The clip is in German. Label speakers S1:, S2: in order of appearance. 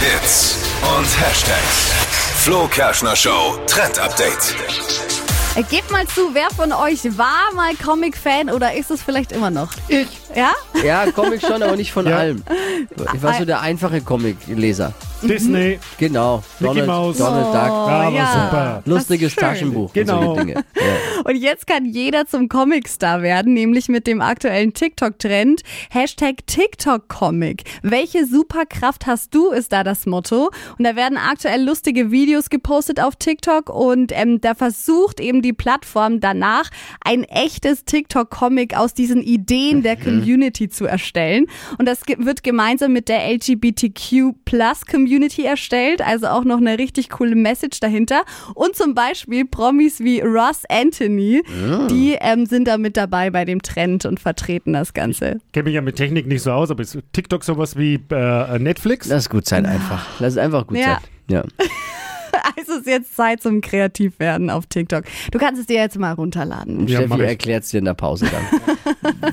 S1: Hits und Hashtags. Flo Kerschner Show Trend Update.
S2: Gebt mal zu, wer von euch war mal Comic-Fan oder ist es vielleicht immer noch?
S3: Ich.
S2: Ja?
S4: Ja, Comic schon, aber nicht von
S3: Ja.
S4: allem. Ich war so der einfache Comic-Leser.
S3: Disney.
S4: Genau.
S3: Mickey Mouse.
S4: Donald Duck.
S3: Ja, aber
S2: ja.
S3: super.
S4: Lustiges
S2: Oh, schön.
S4: Taschenbuch.
S3: Genau.
S4: Und solche Dinge. Ja.
S2: Und jetzt kann jeder zum Comic-Star werden, nämlich mit dem aktuellen TikTok-Trend. Hashtag TikTok-Comic. Welche Superkraft hast du, ist da das Motto. Und da werden aktuell lustige Videos gepostet auf TikTok und ähm, da versucht eben die Plattform danach, ein echtes TikTok-Comic aus diesen Ideen der Community zu erstellen. Und das ge- wird gemeinsam mit der LGBTQ-Plus-Community erstellt, also auch noch eine richtig coole Message dahinter. Und zum Beispiel Promis wie Ross Anthony, die ähm, sind da mit dabei bei dem Trend und vertreten das Ganze.
S3: Kenne mich ja mit Technik nicht so aus, aber ist TikTok sowas wie äh, Netflix?
S4: Lass es gut sein einfach. Lass es einfach gut
S2: Ja.
S4: sein. Ja.
S2: Also ist jetzt Zeit zum Kreativwerden auf TikTok. Du kannst es dir jetzt mal runterladen.
S3: Ja, mach
S4: Steffi
S3: ich.
S4: erklärt es dir in der Pause dann.